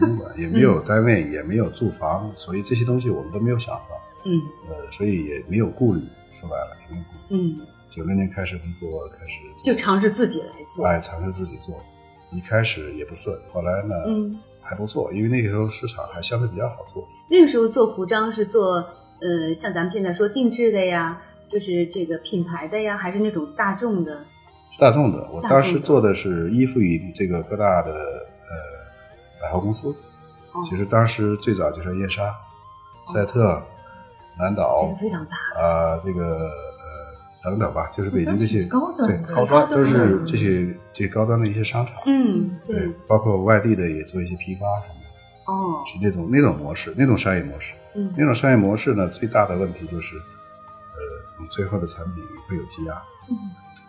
S2: 没人管，也没
S5: 嗯
S2: 有单位，也没有住房，所以这些东西我们都没有想到，
S5: 嗯
S2: 呃，所以也没有顾虑，说白了也没有顾虑。
S5: 嗯，
S2: 九六年开始工作，开始
S5: 就尝试自己来做，
S2: 哎尝试自己做，一开始也不顺，后来呢、
S5: 嗯，
S2: 还不错，因为那个时候市场还相对比较好做，
S5: 那个时候做服装是做呃，像咱们现在说定制的呀，就是这个品牌的呀，还是那种大众的，
S2: 是大众的。我
S5: 大众的
S2: 当时做的是依附于这个各大的呃百货公司，
S5: 哦，
S2: 其实当时最早就是燕莎、
S6: 哦
S2: 赛特、南岛
S5: 这是非常大，
S2: 啊、这个呃等等吧，就是北京这些
S6: 都挺高端的
S2: 对
S6: 高
S3: 端
S2: 都是
S6: 嗯
S2: 这些这高端的一些商场，
S5: 嗯，
S2: 哦对
S5: 对，，
S2: 包括外地的也做一些批发什么的，
S5: 哦，
S2: 是那种那种模式，那种商业模式，
S5: 嗯
S2: 那种商业模式呢，最大的问题就是，呃，你最后的产品会有积压，
S6: 嗯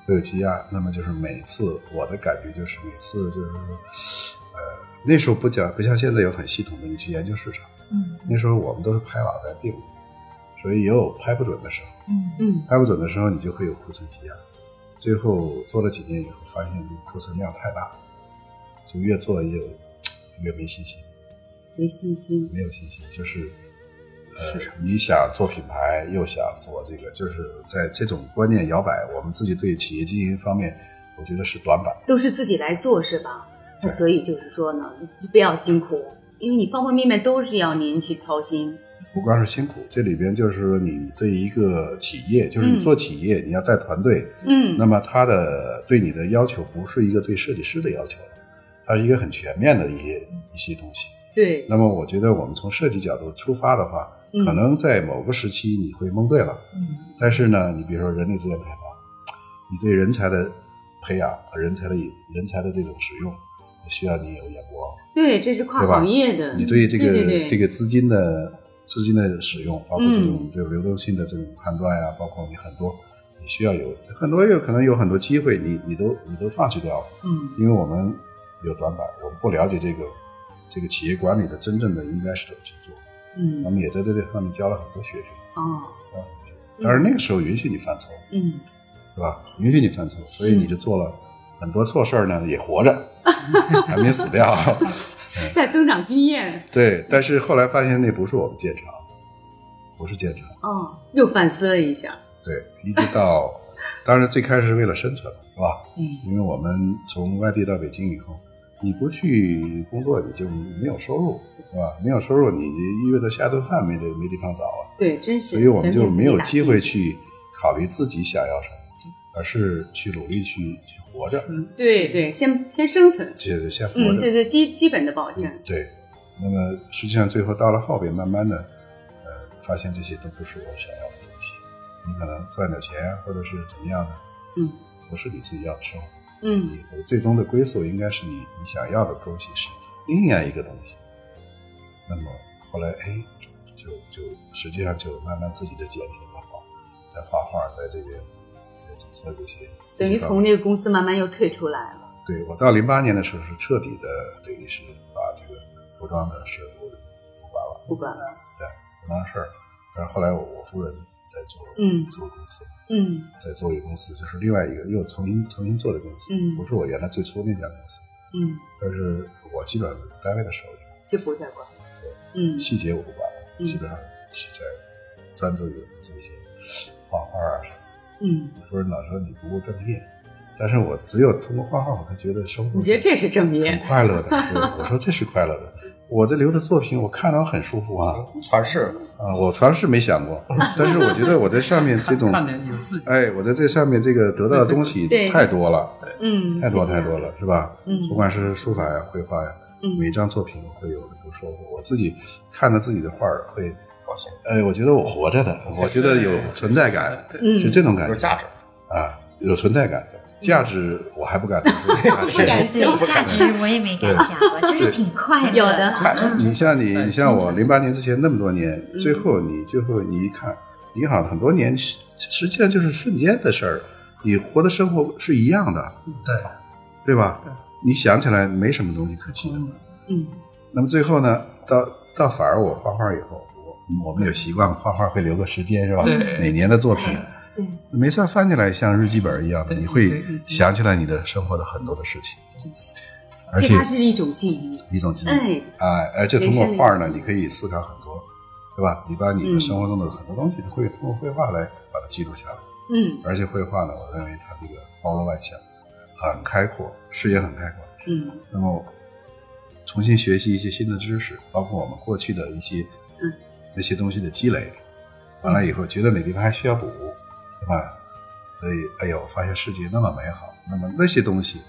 S2: 会有积压，那么就是每次我的感觉就是每次就是说，呃，那时候不讲不像现在有很系统的你去研究市场。
S6: 嗯
S2: 那时候我们都是拍脑袋定的，所以也有拍不准的时候。
S6: 嗯
S5: 嗯，
S2: 拍不准的时候，你就会有库存积压。最后做了几年以后，发现这个库存量太大，就越做越有越没信心，
S5: 没信心，
S2: 没有信心，就是呃，你想做品牌，又想做这个，就是在这种观念摇摆，我们自己对企业经营方面，我觉得是短板。
S5: 都是自己来做是吧？那
S2: 对
S5: 所以就是说呢，就比较辛苦，因为你方方面面都是要您去操心，
S2: 不光是辛苦，这里边就是你对一个企业，就是你
S5: 嗯
S2: 做企业，你要带团队，
S5: 嗯
S2: 那么他的对你的要求不是一个对设计师的要求了，它是一个很全面的一些一些东西。
S5: 对，
S2: 那么我觉得我们从设计角度出发的话，
S5: 嗯
S2: 可能在某个时期你会蒙对了，
S6: 嗯
S2: 但是呢，你比如说人力资源开发，你对人才的培养、和人才的引人才的这种使用，需要你有眼光。
S5: 对，这是跨
S2: 对吧
S5: 行业的，
S2: 你对这个
S5: 嗯对对对
S2: 这个资金的资金的使用，包括这种
S5: 嗯
S2: 对流动性的这种判断呀、包括你很多你需要有很多有可能有很多机会，你你都你都放弃掉了，
S5: 嗯
S2: 因为我们有短板，我们不了解这个这个企业管理的真正的应该是怎么去做，我
S5: 嗯
S2: 们也在这这方面交了很多学生。
S5: 哦
S2: 当然那个时候允许你犯错，
S5: 嗯，
S2: 是吧？允许你犯错，所以你就做了很多错事儿呢，也活着， 还没死掉。 嗯
S5: 在增长经验
S2: 对，但是后来发现那不是我们建厂，不是建厂。
S5: 哦，又反思了一下，
S2: 对，一直到，当然最开始是为了生存，是吧？
S5: 嗯
S2: 因为我们从外地到北京以后，你不去工作，你就没有收入，是吧？没有收入，你意味着下顿饭没得没地方找啊，
S5: 对，真是，
S2: 所以我们就没有机会
S5: 全凭自己
S2: 去考虑自己想要什么，而是去努力去去活着，
S5: 打拼，对对，先先生存，
S2: 就是先活
S5: 嗯，
S2: 着
S5: 这。是基基嗯本的保证，
S2: 对，那么实际上最后到了后边，慢慢的，呃，发现这些都不是我想要的东西。你可能赚点钱，啊或者是怎么样的，
S5: 嗯，
S2: 不是你自己要的生活。
S5: 嗯
S2: 你最终的归宿应该是你你想要的东西是另外一个东西。那么后来，哎，就就实际上就慢慢自己就剪辑了画，在画画，在这个在做这些，
S5: 等于从那个公司慢慢又退出来了，
S2: 对我到零八年的时候是彻底的，等于是把这个服装的事我不管了，
S5: 不管了，
S2: 不当事儿。但是后来我我夫人在做，
S5: 嗯
S2: 做公司，
S5: 嗯。
S2: 在做一个公司，就是另外一个又重新重新做的公司，
S5: 嗯
S2: 不是我原来最初那家公司。
S5: 嗯，
S2: 但是我基本上单位的时候，
S5: 就不再管。嗯
S2: 细节我不管了，
S5: 嗯
S2: 基本上是在专注于做一些画画啊什么的。
S5: 嗯，
S2: 我夫人老说你不务正业，但是我只有通过画画，我才觉得生活。
S5: 你觉得这是正啊
S2: 很
S5: 业？
S2: 快乐的。对我说这是快乐的。我这留的作品我看到很舒服啊
S7: 传世，
S2: 啊！我从来是没想过，但是我觉得我在上面这种，
S3: 看点有自己，
S2: 哎，我在这上面这个得到的东西
S5: 对
S2: 太多了，
S5: 嗯，
S2: 太多
S5: 是这样
S2: 太多。了，是吧？
S5: 嗯
S2: 不管是书法呀、绘画呀，
S5: 嗯
S2: 每一张作品会有很多收获。我自己看着自己的画儿，会
S7: 保险，
S2: 呃，我觉得我活着的，我觉得有存在感，
S5: 嗯
S2: 就这种感
S7: 有
S2: 觉，
S7: 价值。
S2: 啊，有存在感的。价值我还不敢说价值，
S6: 对，价值我也没敢想过，就是挺快乐
S5: 有的
S2: 快你像你，
S3: 对
S2: 你
S5: 嗯
S2: 像我，零八年之前那么多年，最后你最后你一看，你好像很多年，实实际上就是瞬间的事儿，你活的生活是一样的，
S5: 嗯
S3: 对，
S2: 对吧？你想起来没什么东西可记得了。
S5: 嗯，
S2: 那么最后呢，到到反而我画画以后，我我们有习惯画画会留个时间是吧？
S3: 对
S2: 哪年的作品？
S5: 对，
S2: 没事儿翻起来像日记本一样的，
S3: 对
S2: 你
S3: 对
S2: 会
S3: 对对
S2: 想起来你的生活的很多的事情，
S5: 真是，
S2: 而
S5: 其实
S2: 且
S5: 它是一种记忆，
S2: 一种记忆。
S5: 哎，
S2: 哎，而且通过画呢，
S5: 人生的一种
S2: 你可以思考很多，对吧？你把
S5: 嗯
S2: 你的生活中的很多东西都会通过绘画来把它记录下来。
S5: 嗯
S2: 而且绘画呢，我认为它这个包罗万象，很开阔，视野很开阔。
S5: 嗯
S2: 那么重新学习一些新的知识，包括我们过去的一些
S5: 嗯
S2: 那些东西的积累，完了以后觉得哪地方还需要补，对吧？所以，哎呦，发现世界那么美好，那么那些东西，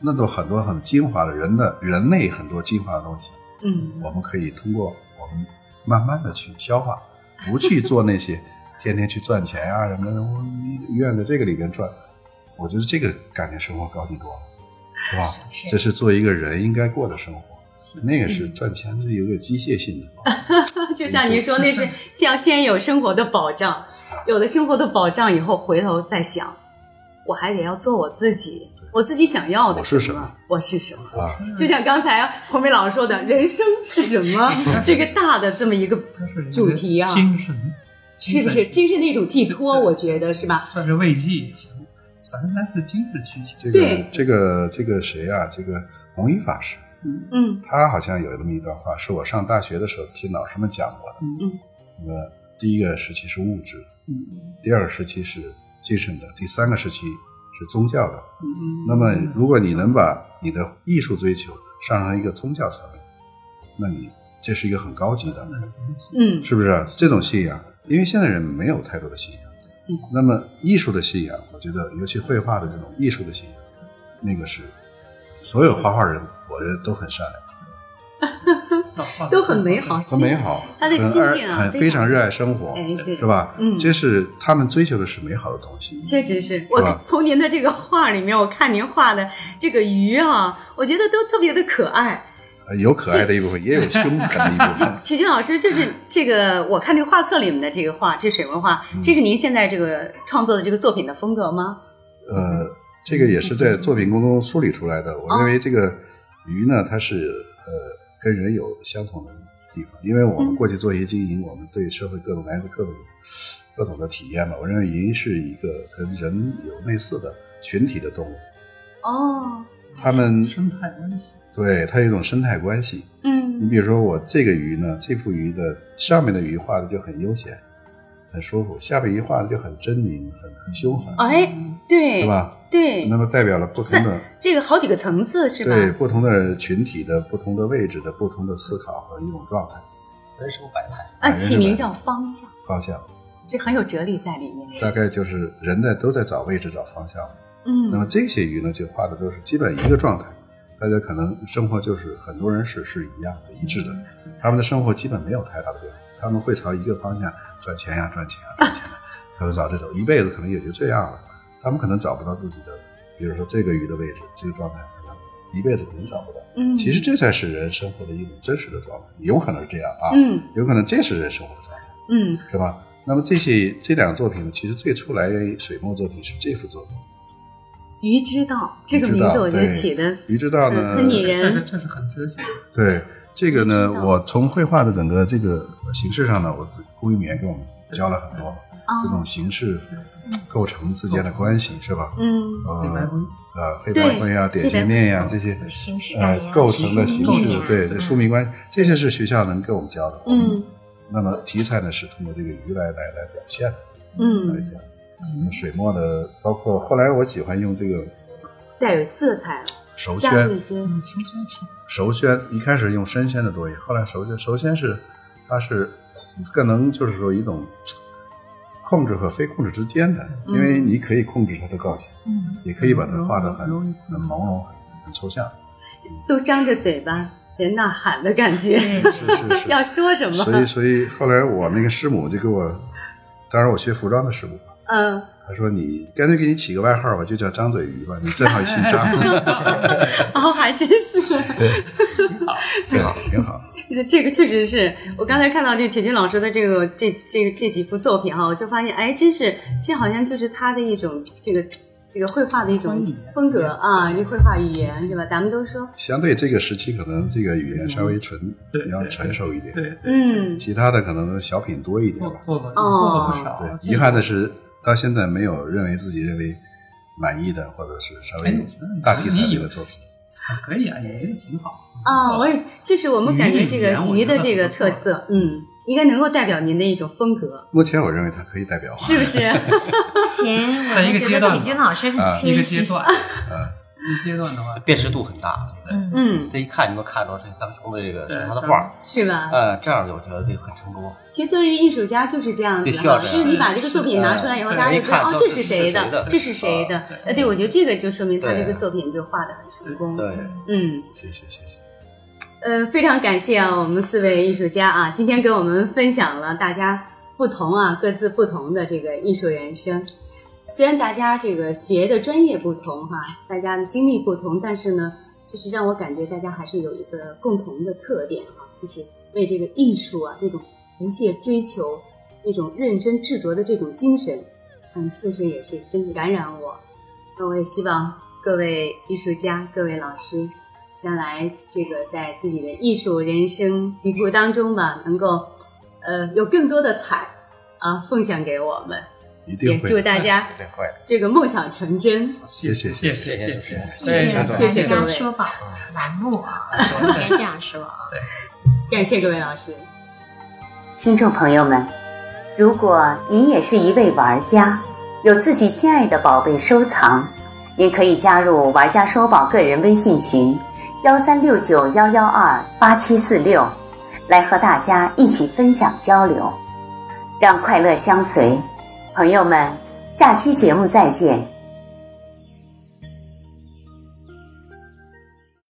S2: 那都很多很精华的人的人类很多精华的东西，
S5: 嗯，
S2: 我们可以通过我们慢慢的去消化，不去做那些天天去赚钱啊什么的，我医院的这个里边赚，我觉得这个感觉生活高级多了，是吧？
S6: 是
S2: 这是做一个人应该过的生活，那个是赚钱是有点机械性的，
S5: 就像您说，那是要先有生活的保
S2: 啊
S5: 障，有了生活的保障以后，回头再想，我还得要做我自己，我自己想要的
S2: 我是
S5: 什
S2: 什么，
S5: 我是什么。
S2: 啊，
S5: 就像刚才红梅老师说的，人生是什么这个大的这么一个主题啊，
S3: 精神
S5: 是不是精神的一种寄托？我觉得是吧？
S3: 算是慰藉，反正它是精神需求。
S2: 这
S5: 对
S2: 个这个这个谁啊？这个弘一法师，
S5: 嗯
S2: 他好像有那么一段话，是我上大学的时候听老师们讲过的。
S5: 嗯，
S2: 那么第一个时期是物质，
S5: 嗯
S2: 第二个时期是精神的，第三个时期是宗教的。
S5: 嗯
S2: 那么，如果你能把你的艺术追求上升一个宗教层面，那你这是一个很高级的，
S5: 嗯
S2: 是不是？这种信仰，因为现在人没有太多的信仰
S5: 嗯。
S2: 那么，艺术的信仰，我觉得，尤其绘画的这种艺术的信仰，那个是所有画画人，我觉得都很善良，
S5: 都很美好，
S2: 很美好，
S5: 他的
S2: 很
S5: 心
S2: 爱
S5: 性啊
S2: 很
S5: 非
S2: 非
S5: 常
S2: 常热爱生活，
S5: 哎，对
S2: 是，吧？
S5: 嗯
S2: 这是他们追求的是美好的东西。
S5: 确实是
S2: 是
S5: 我
S2: 吧
S5: 从您的这个画里面，我看您画的这个鱼啊，我觉得都特别的可爱。。
S2: 呃有可爱的一部分，也有凶狠的一部分
S5: 曲靖老师，这是这个我看这个画册里面的这个画，这水墨画，
S2: 嗯
S5: 这是您现在这个创作的这个作品的风格吗？
S2: 呃，这个也是在作品当中梳理出来的。我认为这
S5: 哦
S2: 个鱼呢，它是呃跟人有相同的地方，因为我
S5: 嗯
S2: 们过去做一些经营，我们对社会各种来自各种各种的体验嘛。我认为鱼是一个跟人有类似的群体的动物，
S5: 哦，
S2: 它们
S3: 生态关系，
S2: 对它有一种生态关系。
S5: 嗯
S2: 你比如说我这个鱼呢，这幅鱼的上面的鱼画的就很悠闲，很舒服；下面鱼画的就很狰狞，很很凶狠，
S5: 哎，
S3: 嗯
S5: 对，
S2: 对？吧？
S5: 对
S2: 那，么代表了不同的
S5: 这个好几个层次是吧？
S2: 对不同的群体的不同的位置的不同的思考和一种状态
S7: 人生百态，
S5: 啊，起名叫方向，
S2: 方向，
S5: 这很有哲理在里面。
S2: 大概就是人在都在找位置找方向。那么
S5: 嗯
S2: 这些鱼呢，就画的都是基本一个状态。大家可能生活就是很多人是是一样的、一致的，他们的生活基本没有太大的变化，他们会朝一个方向赚钱呀、赚钱呀、赚钱、啊，他们找这种一辈子可能也就这样了，他们可能找不到自己的，比如说这个鱼的位置、这个状态，可能一辈子可能找不到。
S5: 嗯，
S2: 其实这才是人生活的一种真实的状态，有可能是这样啊，
S5: 嗯
S2: 有可能这是人生活的状态，
S5: 嗯
S2: 是吧？那么这些这两个作品呢，其实最初来源于水墨作品是这幅作品。
S5: 鱼之道这个名字我觉得起的
S2: 鱼之道呢
S5: 嗯，很拟
S3: 这是
S5: 人。
S3: 这是很哲学的。
S2: 对这个
S5: 鱼
S2: 呢
S5: 之，道
S2: 我从绘画的整个这个形式上呢，我自顾一鸣给我们教了很多这
S5: 哦
S2: 种形式构成之间的关系，是吧？
S5: 嗯，
S2: 呃
S3: 黑白灰
S2: 呃，黑白灰啊，
S5: 对
S2: 点线面呀、
S3: 黑白
S2: 这些
S6: 形式感
S2: 呃
S6: 呀
S2: 构成的形
S6: 疏密
S2: 式
S6: 呀，
S2: 对
S6: 嗯
S2: 这疏密关系，这些是学校能给我们教的。
S5: 嗯
S2: 那么题材呢是通过这个鱼来来来表现的，来
S5: 嗯，
S2: 讲。嗯，水墨的，包括后来我喜欢用这个
S5: 带有色彩了，
S2: 熟
S5: 加
S2: 宣
S5: 入一，些
S2: 嗯熟宣一开始用深宣的多一些，后来熟宣，熟宣是它是更能就是说一种控制和非控制之间的，因为你可以控制它的造型，
S6: 嗯，
S2: 也可以把它画得很
S3: 容易
S2: 很朦胧、很抽象。
S5: 都张着嘴巴间呐喊的感觉，
S6: 对，
S2: 是 是是。
S5: 要说什么？
S2: 所以所以后来我那个师母就给我，当然我学服装的师母，
S5: 嗯，
S2: 她说你干脆给你起个外号吧，就叫张嘴鱼吧，你正好姓张，
S5: 哦，还真 是。
S2: 挺好挺好。
S5: 这这个确实是我刚才看到这铁军老师的这个这这这几幅作品哈、我就发现哎，真是这好像就是他的一种这个这个绘画的一种风格啊，这绘画语言对吧？咱们都说，
S2: 相对这个时期，可能这个语言稍微纯，
S3: 对
S2: 比较成熟一点。
S3: 对对，
S5: 嗯，
S2: 其他的可能小品多一点
S3: 做
S2: 吧。
S3: 做了做了不少。
S2: 对，
S3: 啊这个
S2: 遗憾的是到现在没有认为自己认为满意的，或者是稍
S3: 哎
S2: 微
S3: 我觉得你
S2: 大题材类的作品。
S3: 还可以啊，你这个挺好。嗯
S5: 啊、我也这是我们感觉这
S3: 鱼的语
S5: 个
S3: 言我
S5: 鱼
S3: 觉
S5: 的
S3: 得
S5: 这个
S3: 很不错
S5: 特色，嗯，应该能够代表您的一种风格，
S2: 目前我认为它可以代表我。
S5: 是不是？
S6: 前我
S3: 在一
S6: 们
S3: 个
S6: 觉
S3: 阶
S6: 得
S3: 段
S6: 李
S3: 吧
S6: 军老师很
S2: 啊
S6: 谦
S3: 一个
S6: 虚
S3: 阶，段，一阶段的话，
S7: 辨识度很大。
S6: 嗯
S5: 嗯，
S7: 这一看你就看出这张兄的这个是他的
S3: 对
S7: 画儿，
S5: 是吧？
S7: 呃，这样我觉得这个很成功。
S5: 其实作为艺术家就是这样子
S7: 对需要
S5: 哈，
S7: 这
S5: 就
S7: 样
S5: 是你把这个作品拿出来以后，
S7: 对
S5: 大家就知道
S7: 一看
S5: 哦，
S7: 就
S5: 这
S7: 是
S5: 是谁
S7: 是谁的
S5: 这是谁的？呃，对，我觉得这个就说明他这个
S7: 对
S5: 作品就画的很成功。
S7: 对，
S5: 嗯，
S2: 谢谢谢谢。
S5: 呃，非常感谢啊，我们四位艺术家啊，今天给我们分享了大家不同啊，各自不同的这个艺术人生。虽然大家这个学的专业不同哈、大家的经历不同，但是呢，就是让我感觉大家还是有一个共同的特点啊，就是为这个艺术啊那种不懈追求、那种认真执着的这种精神，嗯，确实也是真的感染我。那我也希望各位艺术家、各位老师，将来这个在自己的艺术人生旅途当中吧，能够呃有更多的彩啊奉献给我们，
S2: 一
S5: 也
S2: 定会
S5: 祝
S2: 的。
S5: 大家
S7: 对，会
S5: 这个梦想成真。
S2: 谢谢
S3: 谢
S2: 谢
S3: 谢
S7: 谢
S3: 谢
S7: 谢
S3: 谢
S7: 谢
S3: 谢。
S7: 对
S6: 是
S5: 谢谢各
S6: 咱
S5: 位
S6: 家说宝栏目 啊，应该这样说啊。
S5: 感谢各位老师。
S1: 听众朋友们，如果您也是一位玩家，有自己心爱的宝贝收藏，您可以加入“玩家说宝”个人微信群幺三六九幺幺二八七四六，来和大家一起分享交流，让快乐相随。朋友们，下期节目再见。